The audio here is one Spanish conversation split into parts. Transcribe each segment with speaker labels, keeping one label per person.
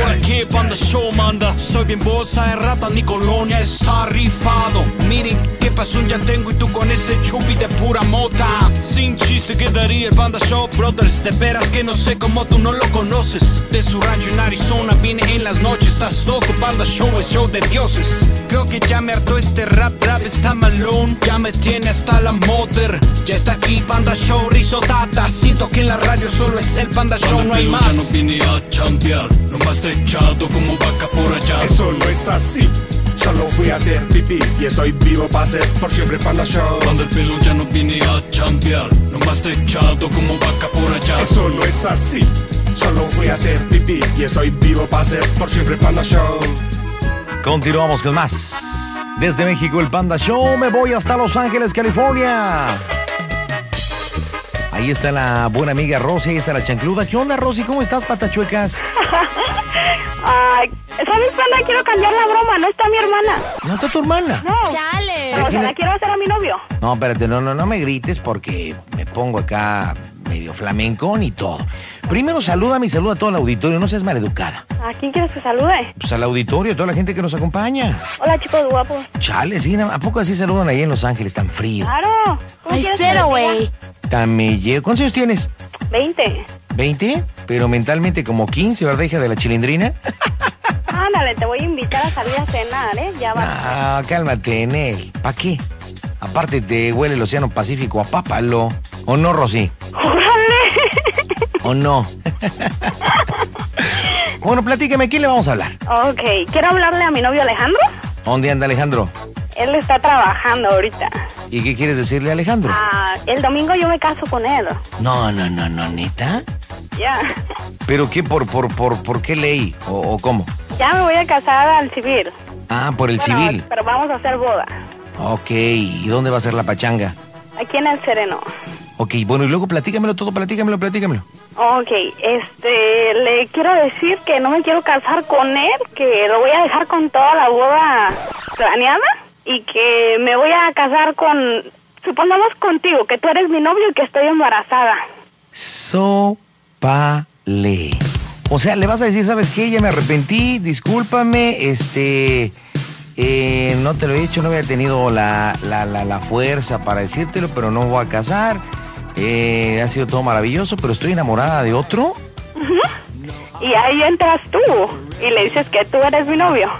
Speaker 1: Ahora que banda show manda Soy bien bolsa en rata, mi colonia está rifado Miren qué pasión ya tengo y tú con este chupi de pura mota Sin chiste quedaría el banda show brothers De veras que no sé cómo tú no lo conoces De su rancho en Arizona vine en las noches Estás loco, banda show es show de dioses Creo que ya me hartó este rap, rap está malón Ya me tiene hasta la mother Ya está aquí banda show risotata Siento que en la radio solo es el banda show, no hay
Speaker 2: Pero
Speaker 1: más
Speaker 2: Ya no vine a chambear, nomás te echado como vaca por allá.
Speaker 3: Eso no es así. Solo fui a hacer pipí y estoy vivo para ser por siempre Panda Show.
Speaker 2: Cuando el pelo ya no vine a chambear, nomás te echado como vaca por allá.
Speaker 3: Eso no es así. Solo fui a hacer pipí y estoy vivo para ser por siempre Panda Show.
Speaker 4: Continuamos con más. Desde México, el Panda Show. Me voy hasta Los Ángeles, California. Ahí está la buena amiga Rosy, ahí está la chancluda. ¿Qué onda, Rosy? ¿Cómo estás, patachuecas?
Speaker 5: Ay, ¿sabes, Panda? Quiero cambiar la broma, no está mi hermana.
Speaker 4: ¿No está tu hermana?
Speaker 5: No,
Speaker 6: ¡Chale!
Speaker 5: pero se la quiero hacer a mi novio.
Speaker 4: No, espérate, no, no, no me grites porque me pongo acá medio flamencón y todo. Primero salúdame y saluda a todo el auditorio, no seas maleducada.
Speaker 5: ¿A quién quieres que salude?
Speaker 4: Pues al auditorio, a toda la gente que nos acompaña.
Speaker 5: Hola, chicos guapos.
Speaker 4: Chale, sí, ¿a poco así saludan ahí en Los Ángeles, tan frío?
Speaker 5: Claro. ¿Cómo
Speaker 6: ¡Ay,
Speaker 5: quieres que
Speaker 6: cero,
Speaker 5: les
Speaker 6: güey!
Speaker 4: Tan me lle- ¿Cuántos años tienes?
Speaker 5: diga? 20.
Speaker 4: ¿20? Pero mentalmente como 15, ¿verdad, hija de la chilindrina?
Speaker 5: Ándale, te voy a invitar a salir a cenar, ¿eh? Ya va.
Speaker 4: Ah, cálmate, Nel. ¿Pa' qué? Aparte te huele el Océano Pacífico a pápalo. ¿O no, Rosy? ¿O no? bueno, platícame, ¿a ¿quién le vamos a hablar?
Speaker 5: ok, quiero hablarle a mi novio Alejandro.
Speaker 4: ¿Dónde anda Alejandro?
Speaker 5: Él está trabajando ahorita.
Speaker 4: ¿Y qué quieres decirle a Alejandro?
Speaker 5: Ah, el domingo yo me caso con él.
Speaker 4: No, no, no, no, neta.
Speaker 5: Ya.
Speaker 4: ¿Pero qué? ¿Por, por, por, por qué ley? ¿O, o cómo?
Speaker 5: Ya me voy a casar al civil.
Speaker 4: Ah, por el
Speaker 5: Bueno,
Speaker 4: civil.
Speaker 5: Pero vamos a hacer boda.
Speaker 4: Ok, ¿y dónde va a ser la pachanga?
Speaker 5: Aquí en el Sereno.
Speaker 4: Ok, bueno, y luego platícamelo todo, platícamelo, platícamelo.
Speaker 5: Ok, este, le quiero decir que no me quiero casar con él, que lo voy a dejar con toda la boda planeada y que me voy a casar con, supongamos contigo, que tú eres mi novio y que estoy embarazada.
Speaker 4: Sopale. O sea, le vas a decir, ¿sabes qué? Ya me arrepentí, discúlpame, este... eh, no te lo he dicho, no había tenido la, la- la- la fuerza para decírtelo, pero no me voy a casar. Eh, ha sido todo maravilloso, pero estoy enamorada de otro.
Speaker 5: Y ahí entras tú y le dices que tú eres mi novio.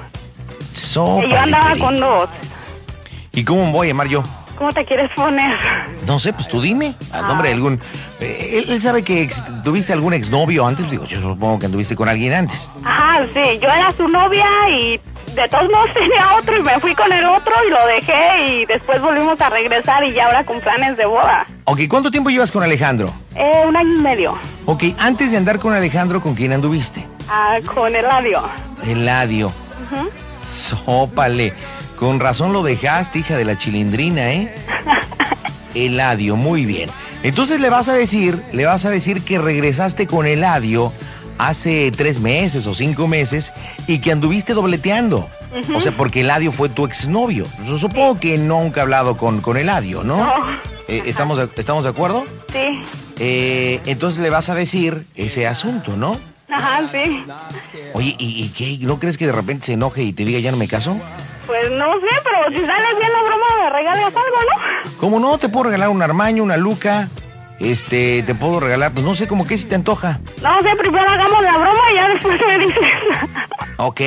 Speaker 4: Sopale,
Speaker 5: y yo andaba
Speaker 4: Freddy.
Speaker 5: con dos.
Speaker 4: ¿Y cómo me voy a llamar yo?
Speaker 5: ¿Cómo te quieres poner?
Speaker 4: No sé, pues tú dime, al
Speaker 5: Ah.
Speaker 4: nombre de algún... eh, él, él sabe que ex- tuviste algún exnovio antes, digo, yo supongo que anduviste con alguien antes.
Speaker 5: Ajá, sí, yo era su novia y de todos modos tenía otro y me fui con el otro y lo dejé y después volvimos a regresar y ya ahora con planes de boda.
Speaker 4: Ok, ¿cuánto tiempo llevas con Alejandro?
Speaker 5: Eh, un año y medio.
Speaker 4: Ok, antes de andar con Alejandro, ¿con quién anduviste?
Speaker 5: Ah, con Eladio.
Speaker 4: Eladio. Sópale. Con razón lo dejaste, hija de la chilindrina, ¿eh? Eladio, muy bien. Entonces le vas a decir, le vas a decir que regresaste con Eladio hace tres meses o cinco meses y que anduviste dobleteando. O sea, porque Eladio fue tu exnovio. Yo supongo que nunca he hablado con, con Eladio, ¿no? Eh, ¿estamos, de- ¿Estamos de acuerdo?
Speaker 5: Sí.
Speaker 4: Eh, entonces le vas a decir ese asunto, ¿no?
Speaker 5: Ajá, sí.
Speaker 4: Oye, ¿y, y qué? ¿No crees que de repente se enoje y te diga ya no me caso?
Speaker 5: Pues no sé, pero si sale bien la broma, me regalas algo, ¿no?
Speaker 4: ¿Cómo no? Te puedo regalar un armaño, una luca. Este, te puedo regalar, pues no sé, como que si te antoja.
Speaker 5: No sé, primero hagamos la broma y ya después me dices.
Speaker 4: Ok,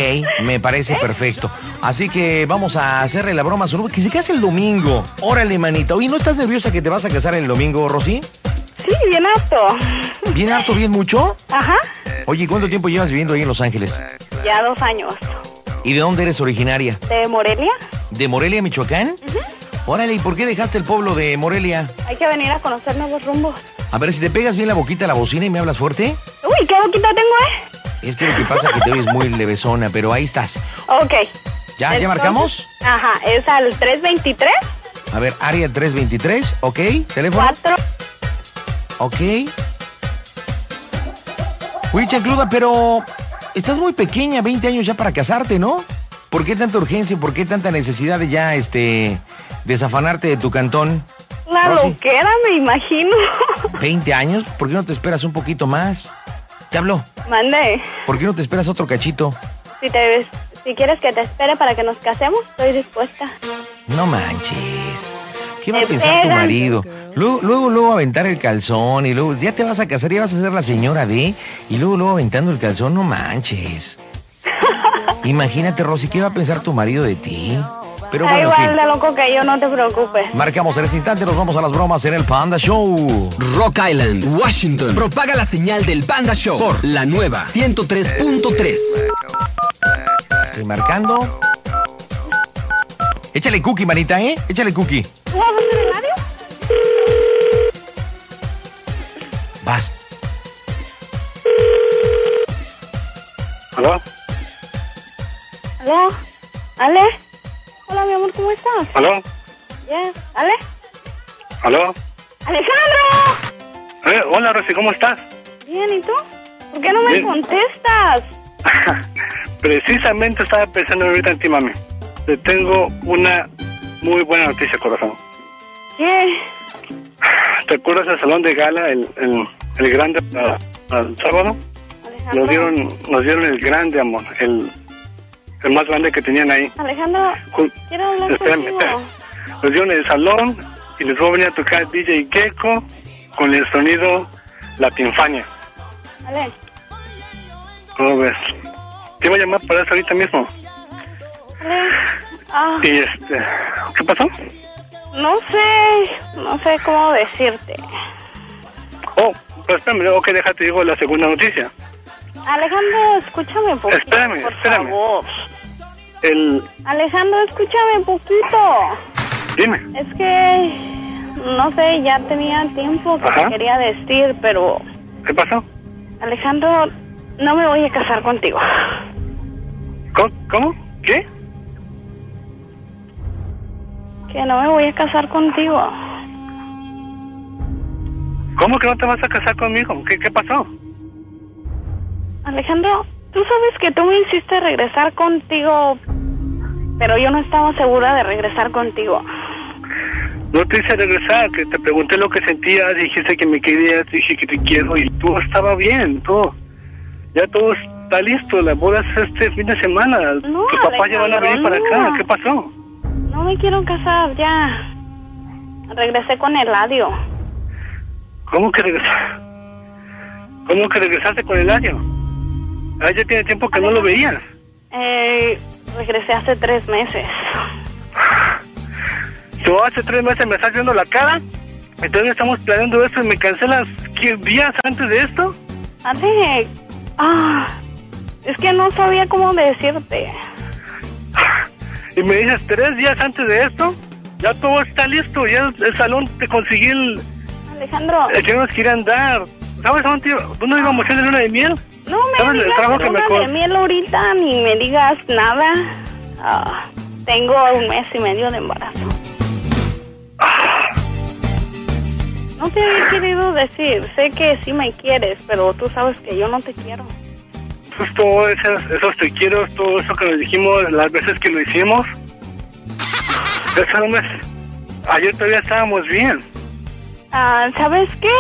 Speaker 4: me parece perfecto. Así que vamos a hacerle la broma a su novio, que se case el domingo. Órale, manita. Oye, ¿no estás nerviosa que te vas a casar el domingo, Rosy?
Speaker 5: Sí, bien apto.
Speaker 4: ¿Bien harto, bien mucho?
Speaker 5: Ajá.
Speaker 4: Oye, ¿cuánto tiempo llevas viviendo ahí en Los Ángeles?
Speaker 5: Ya dos años.
Speaker 4: ¿Y de dónde eres originaria?
Speaker 5: ¿De Morelia?
Speaker 4: ¿De Morelia, Michoacán? Órale, ¿y por qué dejaste el pueblo de Morelia?
Speaker 5: Hay que venir a conocer nuevos rumbos.
Speaker 4: A ver, si te pegas bien la boquita a la bocina y me hablas fuerte.
Speaker 5: Uy, qué boquita tengo, ¿eh?
Speaker 4: Es que lo que pasa es que te oyes muy levesona, pero ahí estás.
Speaker 5: Ok.
Speaker 4: ¿Ya,
Speaker 5: Entonces,
Speaker 4: ya marcamos?
Speaker 5: Ajá, es al 323
Speaker 4: A ver, área 323, ok. Teléfono,
Speaker 5: 4
Speaker 4: ok. Oye, Chancluda, pero estás muy pequeña, 20 años ya para casarte, ¿no? ¿Por qué tanta urgencia? ¿Por qué tanta necesidad de ya, este, desafanarte de tu cantón?
Speaker 5: La
Speaker 4: Rosy.
Speaker 5: loquera, me imagino.
Speaker 4: 20 años, ¿por qué no te esperas un poquito más? Te habló.
Speaker 5: Mande.
Speaker 4: ¿Por qué no te esperas otro cachito?
Speaker 5: Si, te, si quieres que te espere para que nos casemos, estoy dispuesta.
Speaker 4: No manches. ¿Qué va a
Speaker 5: Me
Speaker 4: pensar tu
Speaker 5: pegan.
Speaker 4: marido? Luego, luego, luego aventar el calzón y luego ya te vas a casar y vas a ser la señora de y luego, luego aventando el calzón, no manches. Imagínate, Rosy, ¿qué va a pensar tu marido de ti? Pero bueno,
Speaker 5: Está
Speaker 4: en
Speaker 5: igual
Speaker 4: fin.
Speaker 5: de loco que yo, no te preocupes.
Speaker 4: Marcamos en ese instante, nos vamos a las bromas en el Panda Show.
Speaker 6: Rock Island, Washington. Propaga la señal del Panda Show por la nueva 103.3.
Speaker 4: Estoy marcando. Échale cookie, manita, ¿eh? Échale cookie.
Speaker 5: ¿Tú hablas de radio?
Speaker 4: Vas.
Speaker 7: ¿Aló?
Speaker 5: ¿Aló? ¿Ale? Hola, mi amor, ¿cómo estás?
Speaker 7: ¿Aló?
Speaker 5: Bien. ¿Ale?
Speaker 7: ¿Aló?
Speaker 5: ¡Alejandro!
Speaker 7: Eh, hola, Rosy, ¿cómo estás?
Speaker 5: Bien, ¿y tú? ¿Por qué no me
Speaker 7: Bien.
Speaker 5: contestas?
Speaker 7: Precisamente estaba pensando ahorita en ti, mami. Te tengo una muy buena noticia, corazón.
Speaker 5: ¿Qué?
Speaker 7: ¿Te acuerdas del salón de gala, el, el, el grande, ah, el sábado?
Speaker 5: Alejandro.
Speaker 7: Nos dieron, nos dieron el grande, amor, el, el más grande que tenían ahí.
Speaker 5: Alejandro,
Speaker 7: Ju-
Speaker 5: quiero hablar
Speaker 7: Espérame,
Speaker 5: contigo.
Speaker 7: espérame. Nos dieron el salón y les voy a venir a tocar DJ Gecko con el sonido Latinfania.
Speaker 5: Ale,
Speaker 7: ¿Cómo ves? Te voy a llamar para eso ahorita mismo.
Speaker 5: Ale. Ah,
Speaker 7: Y este, ¿qué pasó?
Speaker 5: no sé, no sé cómo decirte.
Speaker 7: Oh, pero espérame, ok, déjate, digo la segunda noticia.
Speaker 5: Alejandro, escúchame un poquito,
Speaker 7: Espérame,
Speaker 5: por
Speaker 7: espérame.
Speaker 5: favor.
Speaker 7: El,
Speaker 5: Alejandro, escúchame un poquito.
Speaker 7: dime,
Speaker 5: Es que, no sé, ya tenía tiempo que
Speaker 7: Ajá.
Speaker 5: te quería decir, pero
Speaker 7: ¿qué pasó?
Speaker 5: Alejandro, no me voy a casar contigo.
Speaker 7: ¿Cómo? cómo? ¿Qué?
Speaker 5: Que no me voy a casar contigo.
Speaker 7: ¿Cómo que no te vas a casar conmigo? ¿Qué, qué pasó?
Speaker 5: Alejandro, tú sabes que tú me hiciste regresar contigo, pero yo no estaba segura de regresar contigo.
Speaker 7: No te hice regresar, que te pregunté lo que sentías, dijiste que me querías, dije que te quiero y todo estaba bien, todo. Ya todo está listo, la boda es este fin de semana.
Speaker 5: No,
Speaker 7: Tus papás ya van a venir para
Speaker 5: Alejandro,
Speaker 7: acá,
Speaker 5: no.
Speaker 7: ¿qué pasó?
Speaker 5: No me quiero casar, ya. Regresé con Eladio.
Speaker 7: ¿Cómo que regresaste? ¿Cómo que regresaste con el año? Ah, ya tiene tiempo que no lo veías.
Speaker 5: Eh, regresé hace tres meses.
Speaker 7: Yo hace tres meses me estás viendo la cara, entonces estamos planeando esto y me cancelas ¿qué, días antes de esto.
Speaker 5: Ale, ah, es que no sabía cómo decirte.
Speaker 7: Y me dices, tres días antes de esto, ya todo está listo, ya el, el salón te conseguí el,
Speaker 5: Alejandro,
Speaker 7: el que nos querían dar. ¿Sabes a dónde, iba- dónde íbamos a ir de luna de miel?
Speaker 5: no me
Speaker 7: ¿sabes el
Speaker 5: digas
Speaker 7: trabajo que me
Speaker 5: luna de
Speaker 7: co-
Speaker 5: miel ahorita ni me digas nada. Ah, tengo un mes y medio de embarazo. No te había querido decir, sé que sí me quieres, pero tú sabes que yo no te quiero.
Speaker 7: Pues todo eso, esos te quiero, todo eso que nos dijimos las veces que lo hicimos. Eso no me- Ayer todavía estábamos bien.
Speaker 5: Ah, ¿Sabes qué?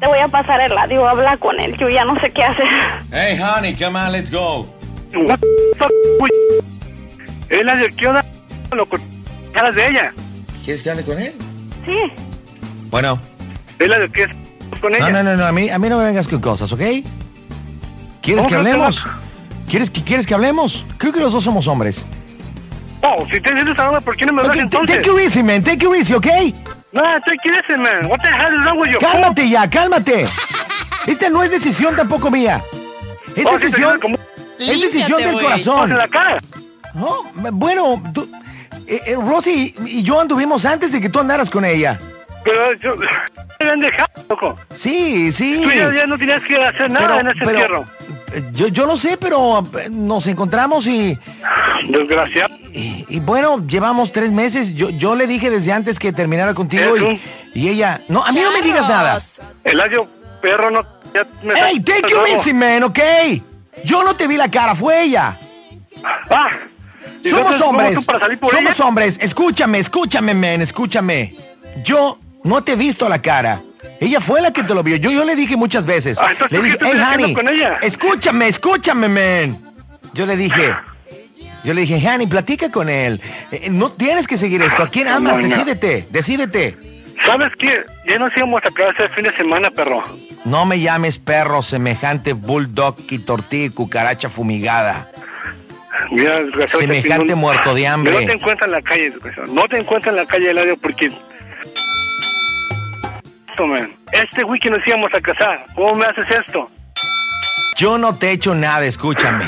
Speaker 5: Te voy a pasar el radio, habla con él, yo ya no sé qué hacer.
Speaker 4: Hey, honey, come on, let's go.
Speaker 7: What the fuck, güey? Es la de izquierda, lo que caras de ella.
Speaker 4: ¿Quieres que hable con él?
Speaker 5: Sí,
Speaker 4: Bueno.
Speaker 7: Es la de que es con ella.
Speaker 4: No, no, no, no, a mí, a mí no me vengas con cosas, ¿ok? ¿Quieres
Speaker 7: No,
Speaker 4: que
Speaker 7: no te
Speaker 4: hablemos? ¿Quieres que, ¿Quieres que hablemos? Creo que los dos somos hombres.
Speaker 7: Oh, si te sientes ahora, ¿por qué no me
Speaker 4: Ok,
Speaker 7: hablas
Speaker 4: t-
Speaker 7: entonces?
Speaker 4: take it easy, man, take it easy, ¿ok?
Speaker 7: No, take it easy, man. What the hell is wrong with you?
Speaker 4: Cálmate ya, cálmate. Esta no es decisión tampoco mía. Es
Speaker 7: Oh, si te
Speaker 4: decisión,
Speaker 7: sientes como
Speaker 4: es decisión del corazón.
Speaker 7: en la cara.
Speaker 4: No, bueno, tú, eh, eh, Rosy y yo anduvimos antes de que tú andaras con ella.
Speaker 7: Pero yo... Me han dejado, loco.
Speaker 4: Sí, sí.
Speaker 7: Tú ya, ya no tenías que hacer nada en ese entierro.
Speaker 4: eh, yo, yo lo sé, pero eh, nos encontramos y...
Speaker 7: Desgraciado.
Speaker 4: Y, y bueno, llevamos tres meses. Yo, yo le dije desde antes que terminara contigo y,
Speaker 7: Eso.
Speaker 4: y ella. No, a mí no me digas nada.
Speaker 7: El año perro no... Ya me
Speaker 4: ¡Ey, take you easy, man, ok? Yo no te vi la cara, fue ella.
Speaker 7: Ah. ¿y
Speaker 4: Somos
Speaker 7: entonces cómo
Speaker 4: hombres.
Speaker 7: tú para salir por
Speaker 4: Somos
Speaker 7: ella?
Speaker 4: hombres. Escúchame, escúchame, man, escúchame. Yo no te he visto la cara. Ella fue la que te lo vio. Yo, yo le dije muchas veces.
Speaker 7: Ah, entonces,
Speaker 4: le
Speaker 7: ¿por qué
Speaker 4: dije,
Speaker 7: estás
Speaker 4: hey,
Speaker 7: saliendo
Speaker 4: honey,
Speaker 7: con ella?"
Speaker 4: escúchame, escúchame, man. Yo le dije, yo le dije, honey, platica con él. Eh, no tienes que seguir esto. ¿A quién
Speaker 7: No,
Speaker 4: amas?
Speaker 7: no.
Speaker 4: Decídete, decídete.
Speaker 7: ¿Sabes qué? Ya nos íbamos a quedar el fin de semana, perro.
Speaker 4: No me llames perro semejante bulldog y tortilla y cucaracha fumigada.
Speaker 7: Mira, desgraciado,
Speaker 4: Semejante
Speaker 7: este fin-
Speaker 4: muerto de hambre.
Speaker 7: No te encuentras en la calle, desgraciado. No te encuentras en la calle, Eladio, porque... Esto, man. Este weekend nos íbamos a casar. ¿Cómo me haces esto?
Speaker 4: Yo no te he hecho nada, escúchame.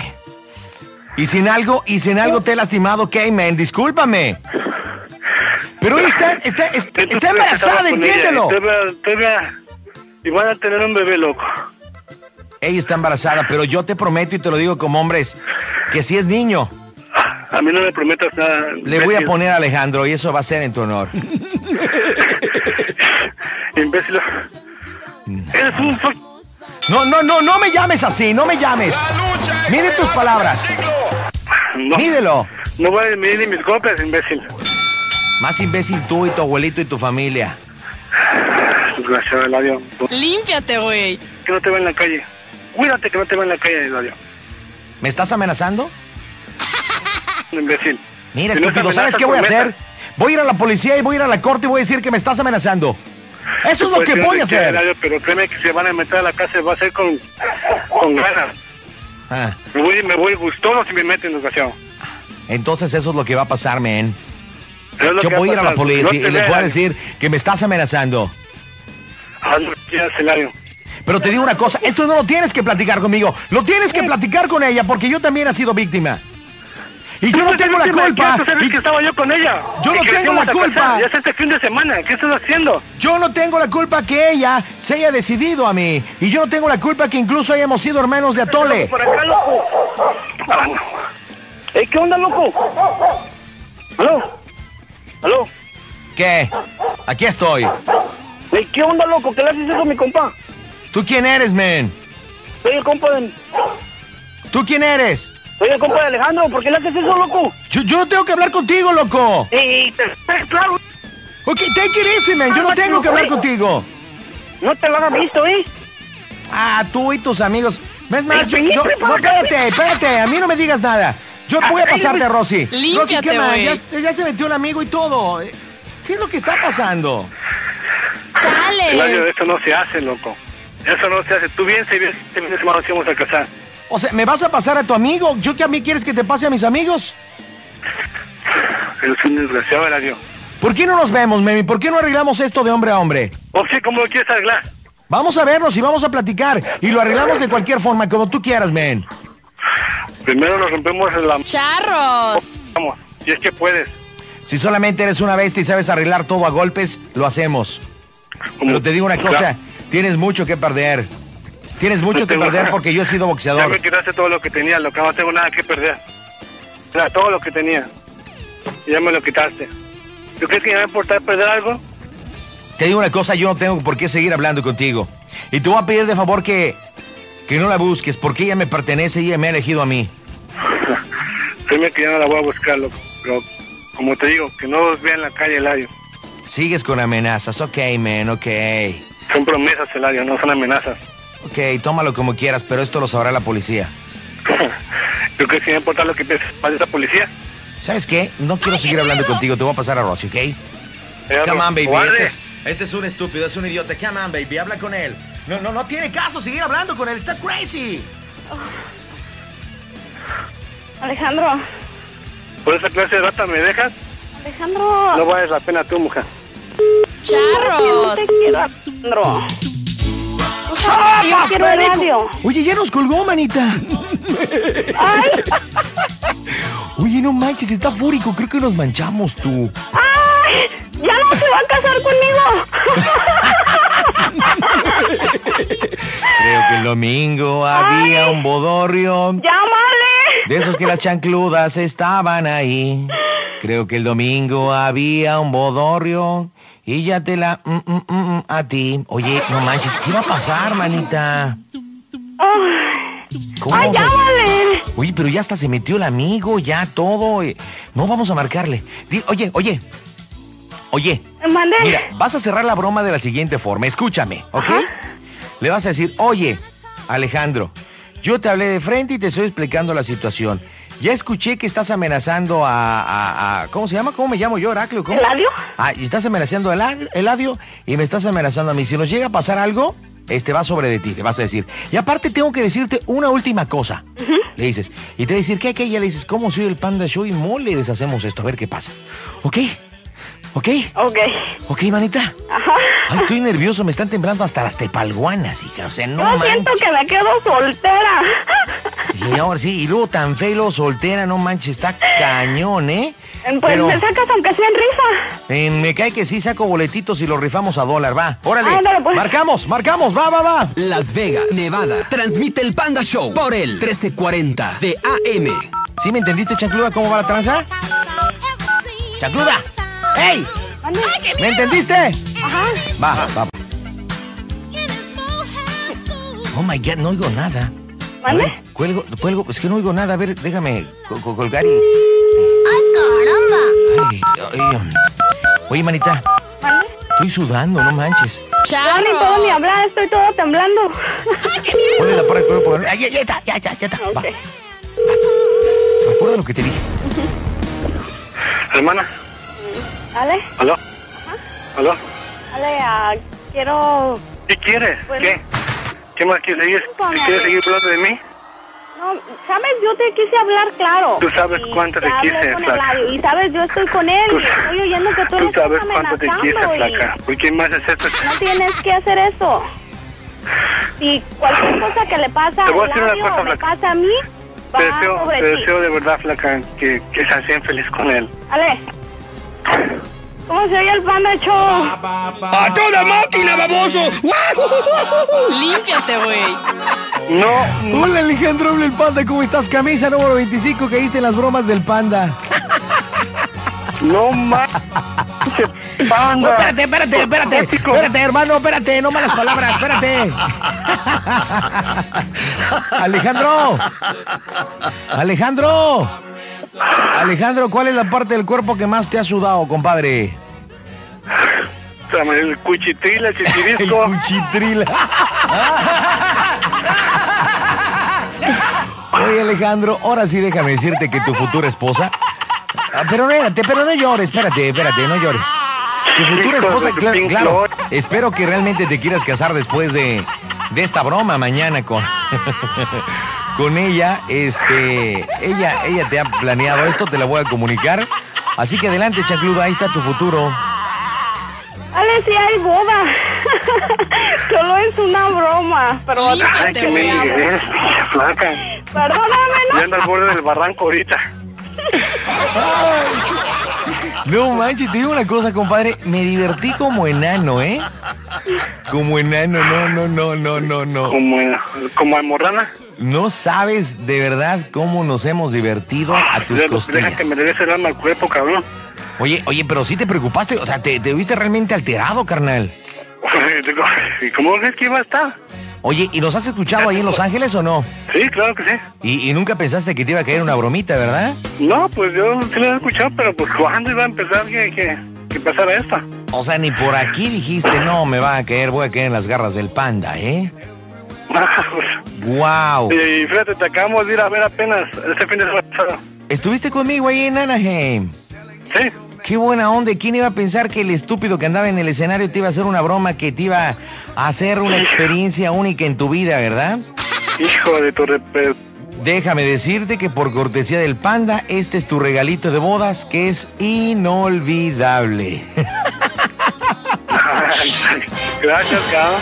Speaker 4: Y sin algo, y sin algo te he lastimado, Cayman, discúlpame. Pero ella está, está, está,
Speaker 7: Entonces,
Speaker 4: está embarazada,
Speaker 7: estaba con ella,
Speaker 4: entiéndelo.
Speaker 7: y todavía- todavía- Y van a tener un bebé loco.
Speaker 4: Ella está embarazada, pero yo te prometo y te lo digo como hombres, que si es niño,
Speaker 7: A mí no me prometas nada.
Speaker 4: le voy a
Speaker 7: imbécil.
Speaker 4: poner a Alejandro y eso va a ser en tu honor.
Speaker 7: Imbécil. Eres un... fuck-
Speaker 4: No, no, no, no me llames así, no me llames. Mide tus palabras,
Speaker 7: No,
Speaker 4: mídelo.
Speaker 7: no voy a medir ni mis golpes, imbécil.
Speaker 4: Más imbécil tú y tu abuelito y tu familia.
Speaker 7: Desgraciado, Eladio.
Speaker 8: Límpiate, güey.
Speaker 7: Que no te va en la calle. Cuídate que no te va en la calle, Eladio.
Speaker 4: ¿Me estás amenazando?
Speaker 7: Imbécil.
Speaker 4: Mira,
Speaker 7: Si no te
Speaker 4: estúpido, ¿sabes
Speaker 7: amenazas,
Speaker 4: qué voy a
Speaker 7: promesa.
Speaker 4: hacer? Voy a ir a la policía y voy a ir a la corte y voy a decir que me estás amenazando. Eso es lo
Speaker 7: Pues,
Speaker 4: que
Speaker 7: yo
Speaker 4: voy
Speaker 7: no
Speaker 4: a
Speaker 7: sé qué,
Speaker 4: hacer.
Speaker 7: Eladio, pero créeme que se van a meter a la casa y va a ser con, con ganas.
Speaker 4: Ah,
Speaker 7: Me voy, me voy gustoso si me meten, desgraciado.
Speaker 4: entonces eso es lo que va a pasar, men.
Speaker 7: Pero es lo
Speaker 4: Yo
Speaker 7: que va
Speaker 4: voy a ir a la
Speaker 7: pasar.
Speaker 4: policía
Speaker 7: No
Speaker 4: y
Speaker 7: te
Speaker 4: les voy a
Speaker 7: vean.
Speaker 4: decir que me estás amenazando.
Speaker 7: Haz lo que quieras, Eladio.
Speaker 4: Pero te digo una cosa, esto no lo tienes que platicar conmigo, lo tienes que platicar con ella porque yo también he sido víctima. Y yo no
Speaker 7: Este Tú
Speaker 4: tengo la
Speaker 7: fuiste
Speaker 4: culpa.
Speaker 7: maquillazo, sabes
Speaker 4: y
Speaker 7: que estaba yo con ella.
Speaker 4: Yo
Speaker 7: Y
Speaker 4: no
Speaker 7: que
Speaker 4: tengo
Speaker 7: íbamos
Speaker 4: la
Speaker 7: a
Speaker 4: culpa.
Speaker 7: casar. Ya es este fin de semana. ¿Qué estás haciendo?
Speaker 4: Yo no tengo la culpa que ella se haya decidido a mí. Y yo no tengo la culpa que incluso hayamos sido hermanos de Atole.
Speaker 7: Por acá, loco. Ah, no. Ey, ¿Qué onda, loco? ¿Aló? ¿Aló?
Speaker 4: ¿Qué? Aquí estoy.
Speaker 7: Ey, ¿Qué onda, loco? ¿Qué le haces eso a mi compa?
Speaker 4: ¿Tú quién eres, men?
Speaker 7: Soy el compa de...
Speaker 4: ¿Tú quién eres?
Speaker 7: Soy el compa de Alejandro. ¿Por qué le haces eso, loco?
Speaker 4: Yo, yo no tengo que hablar contigo, loco.
Speaker 7: Ey, te- claro.
Speaker 4: Ok, take it easy, man. Yo no tengo que hablar contigo.
Speaker 7: No te lo hagas visto, ¿eh?
Speaker 4: Ah, tú y tus amigos. Es más,
Speaker 7: Ey,
Speaker 4: yo,
Speaker 7: Felipe,
Speaker 4: yo-
Speaker 7: por
Speaker 4: no,
Speaker 7: acá.
Speaker 4: espérate, espérate. A mí no me digas nada. Yo voy a pasarte a Rosy. Rosy,
Speaker 8: Límpiate,
Speaker 4: ¿qué más?
Speaker 8: güey.
Speaker 4: Ya, se- ya se metió el amigo y todo. Eh, ¿Qué es lo que está pasando?
Speaker 7: Eladio,
Speaker 8: Chale.
Speaker 7: eso no se hace, loco. Eso no se hace. Tú bien, si bien, este fin de semana nos íbamos a casar.
Speaker 4: O sea, ¿me vas a pasar a tu amigo? ¿Yo que a mí quieres que te pase a mis amigos?
Speaker 7: Eres un desgraciado, Eladio.
Speaker 4: ¿Por qué no nos vemos, Memi? ¿Por qué no arreglamos esto de hombre a hombre?
Speaker 7: O sí, ¿cómo lo quieres arreglar?
Speaker 4: Vamos a vernos y vamos a platicar. Y lo arreglamos de cualquier forma, como tú quieras, men.
Speaker 7: Primero nos rompemos la...
Speaker 8: Charros.
Speaker 7: Vamos, si es que puedes.
Speaker 4: Si solamente eres una bestia y sabes arreglar todo a golpes, lo hacemos.
Speaker 7: Como-
Speaker 4: Pero te digo una cosa,
Speaker 7: Ya,
Speaker 4: tienes mucho que perder. Tienes mucho
Speaker 7: No
Speaker 4: que
Speaker 7: tengo
Speaker 4: perder
Speaker 7: nada.
Speaker 4: porque yo he sido
Speaker 7: ya
Speaker 4: boxeador.
Speaker 7: me quitaste todo lo que tenía, loco. No tengo nada que perder. O sea, todo lo que tenía. Y ya me lo quitaste. ¿Tú crees que me va a importar perder algo?
Speaker 4: Te digo una cosa, yo no tengo por qué seguir hablando contigo. Y te voy a pedir de favor que, que no la busques porque ella me pertenece y ella me ha elegido a mí.
Speaker 7: Créeme que ya no la voy a buscar, loco. Pero, como te digo, que no os vea en la calle, Eladio.
Speaker 4: Sigues con amenazas, ok, men, ok.
Speaker 7: Son promesas, Eladio, no son amenazas.
Speaker 4: Ok, tómalo como quieras, pero esto lo sabrá la policía.
Speaker 7: ¿Tú crees que me va a importar lo que piense de la policía?
Speaker 4: ¿Sabes qué? No quiero seguir hablando contigo, te voy a pasar a Rosy, ¿ok? Come on, baby.
Speaker 7: Cobarde.
Speaker 4: Este es, este es un estúpido, es un idiota. Come on, baby. Habla con él. No, no, no tiene caso seguir hablando con él. Está crazy.
Speaker 5: Alejandro,
Speaker 7: Por esa clase de rata me dejas,
Speaker 5: Alejandro,
Speaker 7: no vales la pena tú, mujer.
Speaker 5: no
Speaker 8: Charros.
Speaker 5: te quiero, Alejandro. Tú sabes que yo quiero el radio.
Speaker 4: Oye, ya nos colgó, manita. Oye, no manches, está fúrico. Creo que nos manchamos tú.
Speaker 5: ¡Ay! ¡Ya no se va a casar conmigo!
Speaker 4: Creo que el domingo había un bodorrio.
Speaker 5: ¡Llámale!
Speaker 4: De esos que las chancludas estaban ahí. Creo que el domingo había un bodorrio. Y ya te la... mm, mm, mm, mm, a ti. Oye, no manches, ¿qué va a pasar, manita? ¿Cómo vamos
Speaker 5: ¡Ay,
Speaker 4: a-
Speaker 5: llámale!
Speaker 4: Oye, pero ya hasta se metió el amigo, ya todo. eh. No vamos a marcarle. Di- oye, oye. Oye,
Speaker 5: Mande.
Speaker 4: mira, vas a cerrar la broma de la siguiente forma. Escúchame, ¿ok? Le vas a decir, oye, Alejandro, yo te hablé de frente y te estoy explicando la situación. Ya escuché que estás amenazando a... a- a- ¿Cómo se llama? ¿Cómo me llamo yo, Heraclio? ¿Cómo?
Speaker 5: ¿Eladio?
Speaker 4: Ah, y estás amenazando a Ela- Eladio y me estás amenazando a mí. Si nos llega a pasar algo, este va sobre de ti, le vas a decir. Y aparte tengo que decirte una última cosa. Le dices. Y te va a decir, ¿qué, qué? Y ya le dices, ¿cómo soy el panda show? Y mole, deshacemos esto, a ver qué pasa. ¿Ok? ¿Ok?
Speaker 5: Ok.
Speaker 4: ¿Ok, manita? Ay, estoy nervioso, me están temblando hasta las tepalguanas, hija. O sea, no
Speaker 5: Yo siento
Speaker 4: manches.
Speaker 5: que me quedo soltera.
Speaker 4: Y ahora sí, y luego tan feo, y luego soltera, no manches, está cañón, ¿eh?
Speaker 5: Pues
Speaker 4: Pero-
Speaker 5: me sacas aunque sea en risa.
Speaker 4: Eh, me cae que sí saco boletitos y los rifamos a dólar, va. Órale.
Speaker 5: Ándale, pues.
Speaker 4: Marcamos, marcamos, va, va, va.
Speaker 6: Las Vegas, Nevada. Transmite el Panda Show por el 1340 de AM.
Speaker 4: ¿Sí me entendiste, Chancluda, cómo va la tranza? ¡Chancluda! ¡Ey!
Speaker 5: Mande.
Speaker 4: ¿Me entendiste?
Speaker 5: Ajá.
Speaker 4: Va, va. Oh my god, no oigo nada. A
Speaker 5: ¿Mande?
Speaker 4: ver, cuelgo, cuelgo, es que no oigo nada. A ver, déjame co- co- colgar y. ¡Ay, caramba! Oye, manita,
Speaker 5: Mande.
Speaker 4: estoy sudando, no manches.
Speaker 5: Yo ni puedo ni
Speaker 8: Charros.
Speaker 5: hablar, estoy todo temblando.
Speaker 4: Ponle la parte del cuerpo. Ay, ya, ya está, ya, ya, ya está. Va,
Speaker 5: Ok.
Speaker 4: vas. Recuerda lo que te dije.
Speaker 7: Hermana,
Speaker 5: Ale,
Speaker 7: ¿aló? ¿Aló?
Speaker 5: Ale, ah, quiero...
Speaker 7: ¿Qué quieres?
Speaker 5: Bueno.
Speaker 7: ¿Qué? ¿Qué más quieres seguir?
Speaker 5: Póngale.
Speaker 7: ¿Quieres seguir hablando de mí?
Speaker 5: No, sabes, yo te quise hablar claro.
Speaker 7: Tú sabes
Speaker 5: Y
Speaker 7: cuánto te
Speaker 5: hablé
Speaker 7: quise,
Speaker 5: con
Speaker 7: flaca.
Speaker 5: Eladio, Y sabes, yo estoy con él
Speaker 7: Tú-
Speaker 5: y estoy oyendo que tú, le
Speaker 7: Pues, Tú
Speaker 5: estás
Speaker 7: sabes cuánto te quise,
Speaker 5: amenazando y
Speaker 7: flaca. ¿Por qué más haces esto?
Speaker 5: No tienes que hacer eso. Si cualquier cosa que le pasa a
Speaker 7: Te voy a decir una
Speaker 5: Eladio
Speaker 7: cosa,
Speaker 5: o me
Speaker 7: flaca.
Speaker 5: pasa a mí, va
Speaker 7: Te deseo,
Speaker 5: sobre
Speaker 7: te
Speaker 5: ti.
Speaker 7: deseo de verdad, flaca, que, que seas bien feliz con él.
Speaker 5: Ale, ¿cómo se oye el panda show?
Speaker 2: ¡A toda máquina, baboso!
Speaker 8: Límpiate, güey.
Speaker 7: No,
Speaker 4: Hola Alejandro, habla el panda, ¿cómo estás? Camisa número 25, caíste en las bromas del panda.
Speaker 7: no más.
Speaker 4: No,
Speaker 7: Panda.
Speaker 4: espérate, espérate, espérate,
Speaker 7: Tóxico.
Speaker 4: espérate, hermano, espérate, no malas palabras, espérate. Alejandro, Alejandro, Alejandro, ¿cuál es la parte del cuerpo que más te ha sudado, compadre?
Speaker 7: Dame El cuchitril, el chichirisco.
Speaker 4: cuchitril. Oye, Alejandro, ahora sí déjame decirte que tu futura esposa. Ah, Pero no, espérate, pero no llores, espérate, espérate, no llores. Tu futura
Speaker 7: Hijo
Speaker 4: esposa,
Speaker 7: de tu
Speaker 4: cla-
Speaker 7: Pink
Speaker 4: claro.
Speaker 7: Floyd.
Speaker 4: Espero que realmente te quieras casar después de, de esta broma mañana con. Con ella, este, ella, ella te ha planeado esto, te la voy a comunicar. Así que adelante, Chacluda, ahí está tu futuro.
Speaker 5: Ale, sí hay boda. Solo es una broma. Perdón,
Speaker 7: Ay,
Speaker 8: Límpiate,
Speaker 7: que
Speaker 8: güey.
Speaker 7: me eres, flaca.
Speaker 5: perdóname,
Speaker 7: Ya
Speaker 5: ¿no?
Speaker 7: ando al borde del barranco ahorita.
Speaker 4: No manches, te digo una cosa, compadre. Me divertí como enano, ¿eh? Como enano, no, no, no, no, no, no.
Speaker 7: Como, como almorrana.
Speaker 4: No sabes de verdad cómo nos hemos divertido a tus
Speaker 7: Deja- Deja
Speaker 4: costillas.
Speaker 7: que me regrese el alma al cuerpo, cabrón.
Speaker 4: Oye, oye, pero sí te preocupaste, o sea, te, te viste realmente alterado, carnal.
Speaker 7: Digo, ¿Y cómo crees que iba a estar?
Speaker 4: Oye, ¿y nos has escuchado ahí en Los Ángeles o no?
Speaker 7: Sí, claro que sí.
Speaker 4: Y, y nunca pensaste que te iba a caer una bromita, ¿verdad?
Speaker 7: No, pues yo sí lo he escuchado, pero pues ¿cuándo iba a empezar que, que, que pasara esta?
Speaker 4: O sea, ni por aquí dijiste, no, me va a caer, voy a caer en las garras del panda, ¿eh? ¡Guau!
Speaker 7: Ah, pues, y fíjate, te acabamos de ir a ver apenas este fin de semana pasado.
Speaker 4: Estuviste conmigo ahí en Anaheim.
Speaker 7: Sí,
Speaker 4: Qué buena onda. ¿Quién iba a pensar que el estúpido que andaba en el escenario te iba a hacer una broma que te iba a hacer una experiencia única en tu vida, verdad?
Speaker 7: hijo de tu repel.
Speaker 4: Déjame decirte que por cortesía del panda, este es tu regalito de bodas que es inolvidable.
Speaker 7: Gracias, cabrón.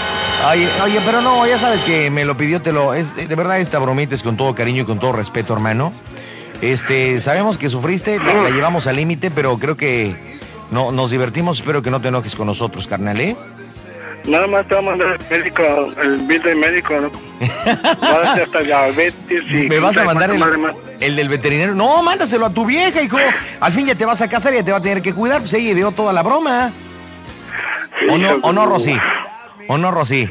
Speaker 4: Oye, oye, pero no, ya sabes que me lo pidió, te lo. es- de verdad, esta bromita es con todo cariño y con todo respeto, hermano. Este, sabemos que sufriste, la, la llevamos al límite, pero creo que no, nos divertimos. Espero que no te enojes con nosotros, carnal, ¿eh?
Speaker 7: Nada más te va a mandar el médico, el bill del médico, ¿no? Va a ser hasta diabetes y...
Speaker 4: me vas a mandar el,
Speaker 7: Madre mía.
Speaker 4: el del veterinario. No, mándaselo a tu vieja, hijo. Al fin ya te vas a casar y ya te va a tener que cuidar. Pues ella dio toda la broma. ¿O no, o no, Rosy? ¿O no, Rosy?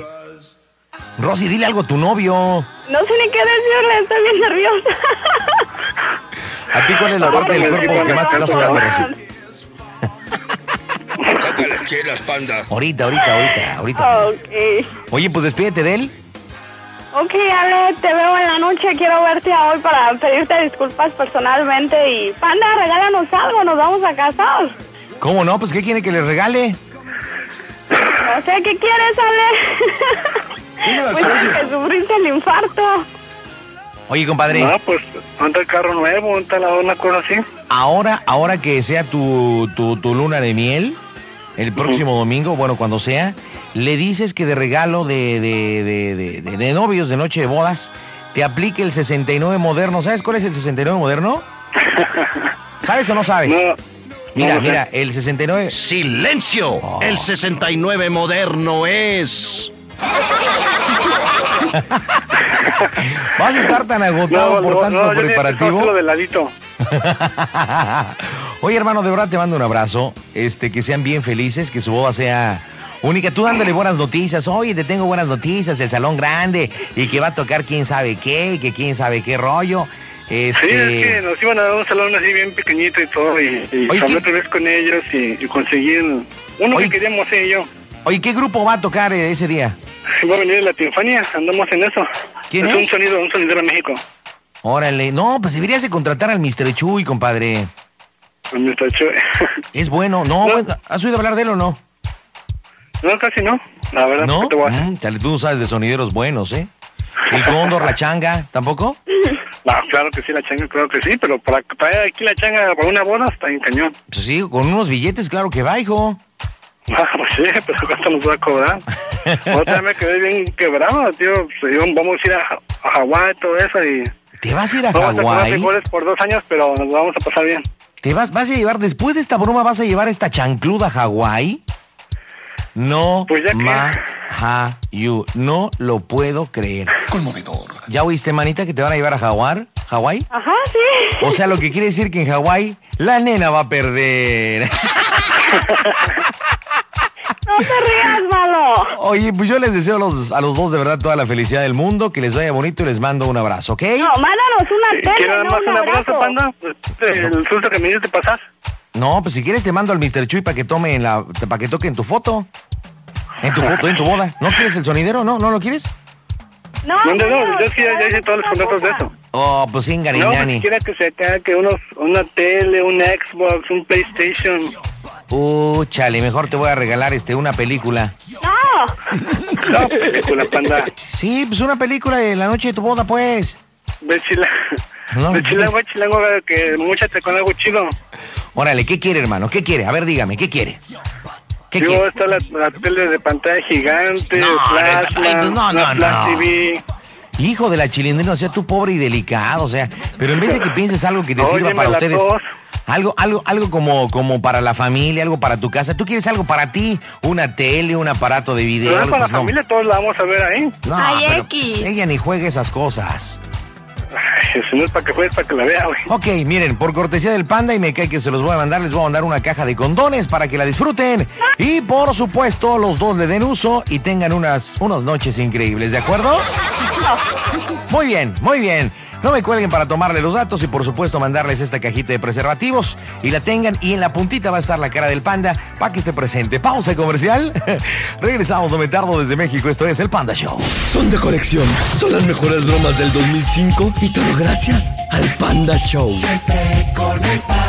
Speaker 4: Rosy, dile algo a tu novio.
Speaker 5: No sé ni qué decirle, estoy bien nerviosa.
Speaker 4: ¿A ti cuál es la parte del
Speaker 7: Ay,
Speaker 4: cuerpo que más te
Speaker 7: está
Speaker 4: está sudando, Rosy?
Speaker 9: las chelas, panda.
Speaker 4: Ahorita, ahorita, ahorita, ahorita.
Speaker 5: Ok.
Speaker 4: Oye, pues despídete de él.
Speaker 5: Ok, Ale, te veo en la noche. Quiero verte hoy para pedirte disculpas personalmente. Y, panda, regálanos algo, nos vamos a casar.
Speaker 4: ¿Cómo no? Pues ¿qué quiere que le regale?
Speaker 5: No sé, ¿qué quieres,
Speaker 3: Dime
Speaker 5: Ale?
Speaker 3: las
Speaker 5: Pues
Speaker 3: gracias.
Speaker 5: que sufriste el infarto.
Speaker 4: Oye, compadre,
Speaker 7: No, pues, anda el carro nuevo, anda la una cosa así.
Speaker 4: ahora, ahora que sea tu, tu, tu luna de miel, el próximo domingo, bueno, cuando sea, le dices que de regalo de, de, de- de- de- de novios, de noche de bodas, te aplique el 69 moderno. ¿Sabes cuál es el 69 moderno? ¿Sabes o no sabes?
Speaker 7: No.
Speaker 4: Mira,
Speaker 7: no sé.
Speaker 4: mira, el 69...
Speaker 9: ¡Silencio!
Speaker 4: Oh.
Speaker 9: El 69 moderno es.
Speaker 4: Vas a estar tan agotado por tanto
Speaker 7: yo digo que
Speaker 4: preparativo.
Speaker 7: cógelo de ladito.
Speaker 4: Oye, hermano, de verdad te mando un abrazo. Este, que sean bien felices, que su boda sea única. Tú dándole buenas noticias. Oye, te tengo buenas noticias, el salón grande y que va a tocar quién sabe qué, y que quién sabe qué rollo.
Speaker 7: Sí, es que
Speaker 4: Este,
Speaker 7: nos iban a dar un salón así bien pequeñito y todo, y, y
Speaker 4: Oye,
Speaker 7: hablé
Speaker 4: ¿qué?
Speaker 7: otra vez con ellos y, y conseguí el- uno
Speaker 4: Oye.
Speaker 7: que queríamos, sí, yo.
Speaker 4: oye, ¿qué grupo va a tocar eh, ese día?
Speaker 7: Va a venir la Tinfania, andamos en eso.
Speaker 4: ¿Quién es?
Speaker 7: un sonido, un sonido de México.
Speaker 4: Órale, no, pues deberías de contratar al Mr. Chuy, compadre.
Speaker 7: Me está chévere.
Speaker 4: Es bueno, no,
Speaker 7: No.
Speaker 4: bueno, ¿has oído hablar de él o no?
Speaker 7: No, casi no. La verdad,
Speaker 4: ¿No?
Speaker 7: ¿qué te voy a hacer?
Speaker 4: Mm, chale, tú no sabes de sonideros buenos, ¿eh? El Cóndor, la Changa, ¿tampoco?
Speaker 7: No, claro que sí, la changa, claro que sí, pero para traer aquí la changa para una boda está en cañón.
Speaker 4: Pues sí, con unos billetes, claro que va, hijo.
Speaker 7: Ah, pues sí, pero ¿cuánto nos va a cobrar? Otra vez me quedé bien quebrado, tío. Pues, yo- vamos a ir a, a Hawái, todo eso, y
Speaker 4: ¿Te vas a ir a
Speaker 7: vamos a cobrar
Speaker 4: Hawái?
Speaker 7: goles por dos años, pero nos vamos a pasar bien.
Speaker 4: ¿Te vas, vas a llevar, después de esta broma, vas a llevar esta chancluda a Hawái? No,
Speaker 7: Pues ya que-
Speaker 4: ma, ha, you. No lo puedo creer. Conmovedor. ¿Ya oíste, manita, que te van a llevar a Hawái? ¿Hawái?
Speaker 5: Ajá, sí.
Speaker 4: O sea, lo que quiere decir que en Hawái la nena va a perder.
Speaker 5: No te rías, malo.
Speaker 4: Oye, pues yo les deseo a los, a los dos de verdad toda la felicidad del mundo, que les vaya bonito y les mando un abrazo, ¿ok?
Speaker 5: No, mándanos una
Speaker 7: ¿Quieres
Speaker 5: tele, no
Speaker 7: dar Eh, más
Speaker 5: un
Speaker 7: un abrazo,
Speaker 5: abrazo.
Speaker 7: panda? Pues, el susto que me diste pasar.
Speaker 4: No, pues si quieres te mando al Mr. Chuy para que tome en la, para que toque en tu foto. En tu foto, en tu boda. ¿No quieres el sonidero? ¿No? ¿No lo quieres?
Speaker 5: No,
Speaker 7: No, no, no, yo
Speaker 5: mándanos,
Speaker 7: es que ya, ya hice todos los contratos de eso.
Speaker 4: Oh, pues sin
Speaker 7: No, ni
Speaker 4: garinani.
Speaker 7: siquiera que se acá, que unos, una tele, una Xbox, un PlayStation.
Speaker 4: Uh, chale, mejor te voy a regalar este una película.
Speaker 5: No,
Speaker 7: No, película, panda.
Speaker 4: Sí, pues una película de la noche de tu boda, pues.
Speaker 7: Ve chila.
Speaker 4: No,
Speaker 7: Ve
Speaker 4: no.
Speaker 7: chilango, ve chilango, ve que muchachos con algo chido.
Speaker 4: Órale, ¿qué quiere, hermano? ¿Qué quiere? A ver, dígame, ¿qué quiere? ¿Qué
Speaker 7: Yo
Speaker 4: quiere?
Speaker 7: está la, la tele de pantalla gigante,
Speaker 4: No,
Speaker 7: plasma,
Speaker 4: no, ay, pues no,
Speaker 7: la
Speaker 4: no,
Speaker 7: Flash
Speaker 4: no.
Speaker 7: TV.
Speaker 4: Hijo de la chilindrina, o sea, tú pobre y delicado, o sea, pero en vez de que pienses algo que te
Speaker 7: Óyeme
Speaker 4: sirva para
Speaker 7: la
Speaker 4: ustedes,
Speaker 7: tos.
Speaker 4: algo, algo, algo como, como para la familia, algo para tu casa, tú quieres algo para ti, una tele, un aparato de video,
Speaker 7: Pero es
Speaker 4: algo,
Speaker 7: para
Speaker 4: pues,
Speaker 7: la
Speaker 4: no.
Speaker 7: familia, todos la vamos a ver ahí.
Speaker 4: No,
Speaker 8: Ay,
Speaker 4: pero,
Speaker 8: X.
Speaker 4: pues, ella ni juega esas cosas.
Speaker 7: Ay, si no es para que juegues, para que la vea, güey.
Speaker 4: Ok, miren, por cortesía del panda y me cae que se los voy a mandar, les voy a mandar una caja de condones para que la disfruten y por supuesto los dos le den uso y tengan unas, unas noches increíbles, ¿de acuerdo? Muy bien, muy bien. No me cuelguen para tomarle los datos y por supuesto mandarles esta cajita de preservativos y la tengan y en la puntita va a estar la cara del panda para que esté presente. Pausa comercial. Regresamos, no me tardo desde México, esto es el Panda Show.
Speaker 10: Son de colección. Son las mejores bromas del 2005 y todo gracias al Panda Show.
Speaker 1: Siempre con el pan.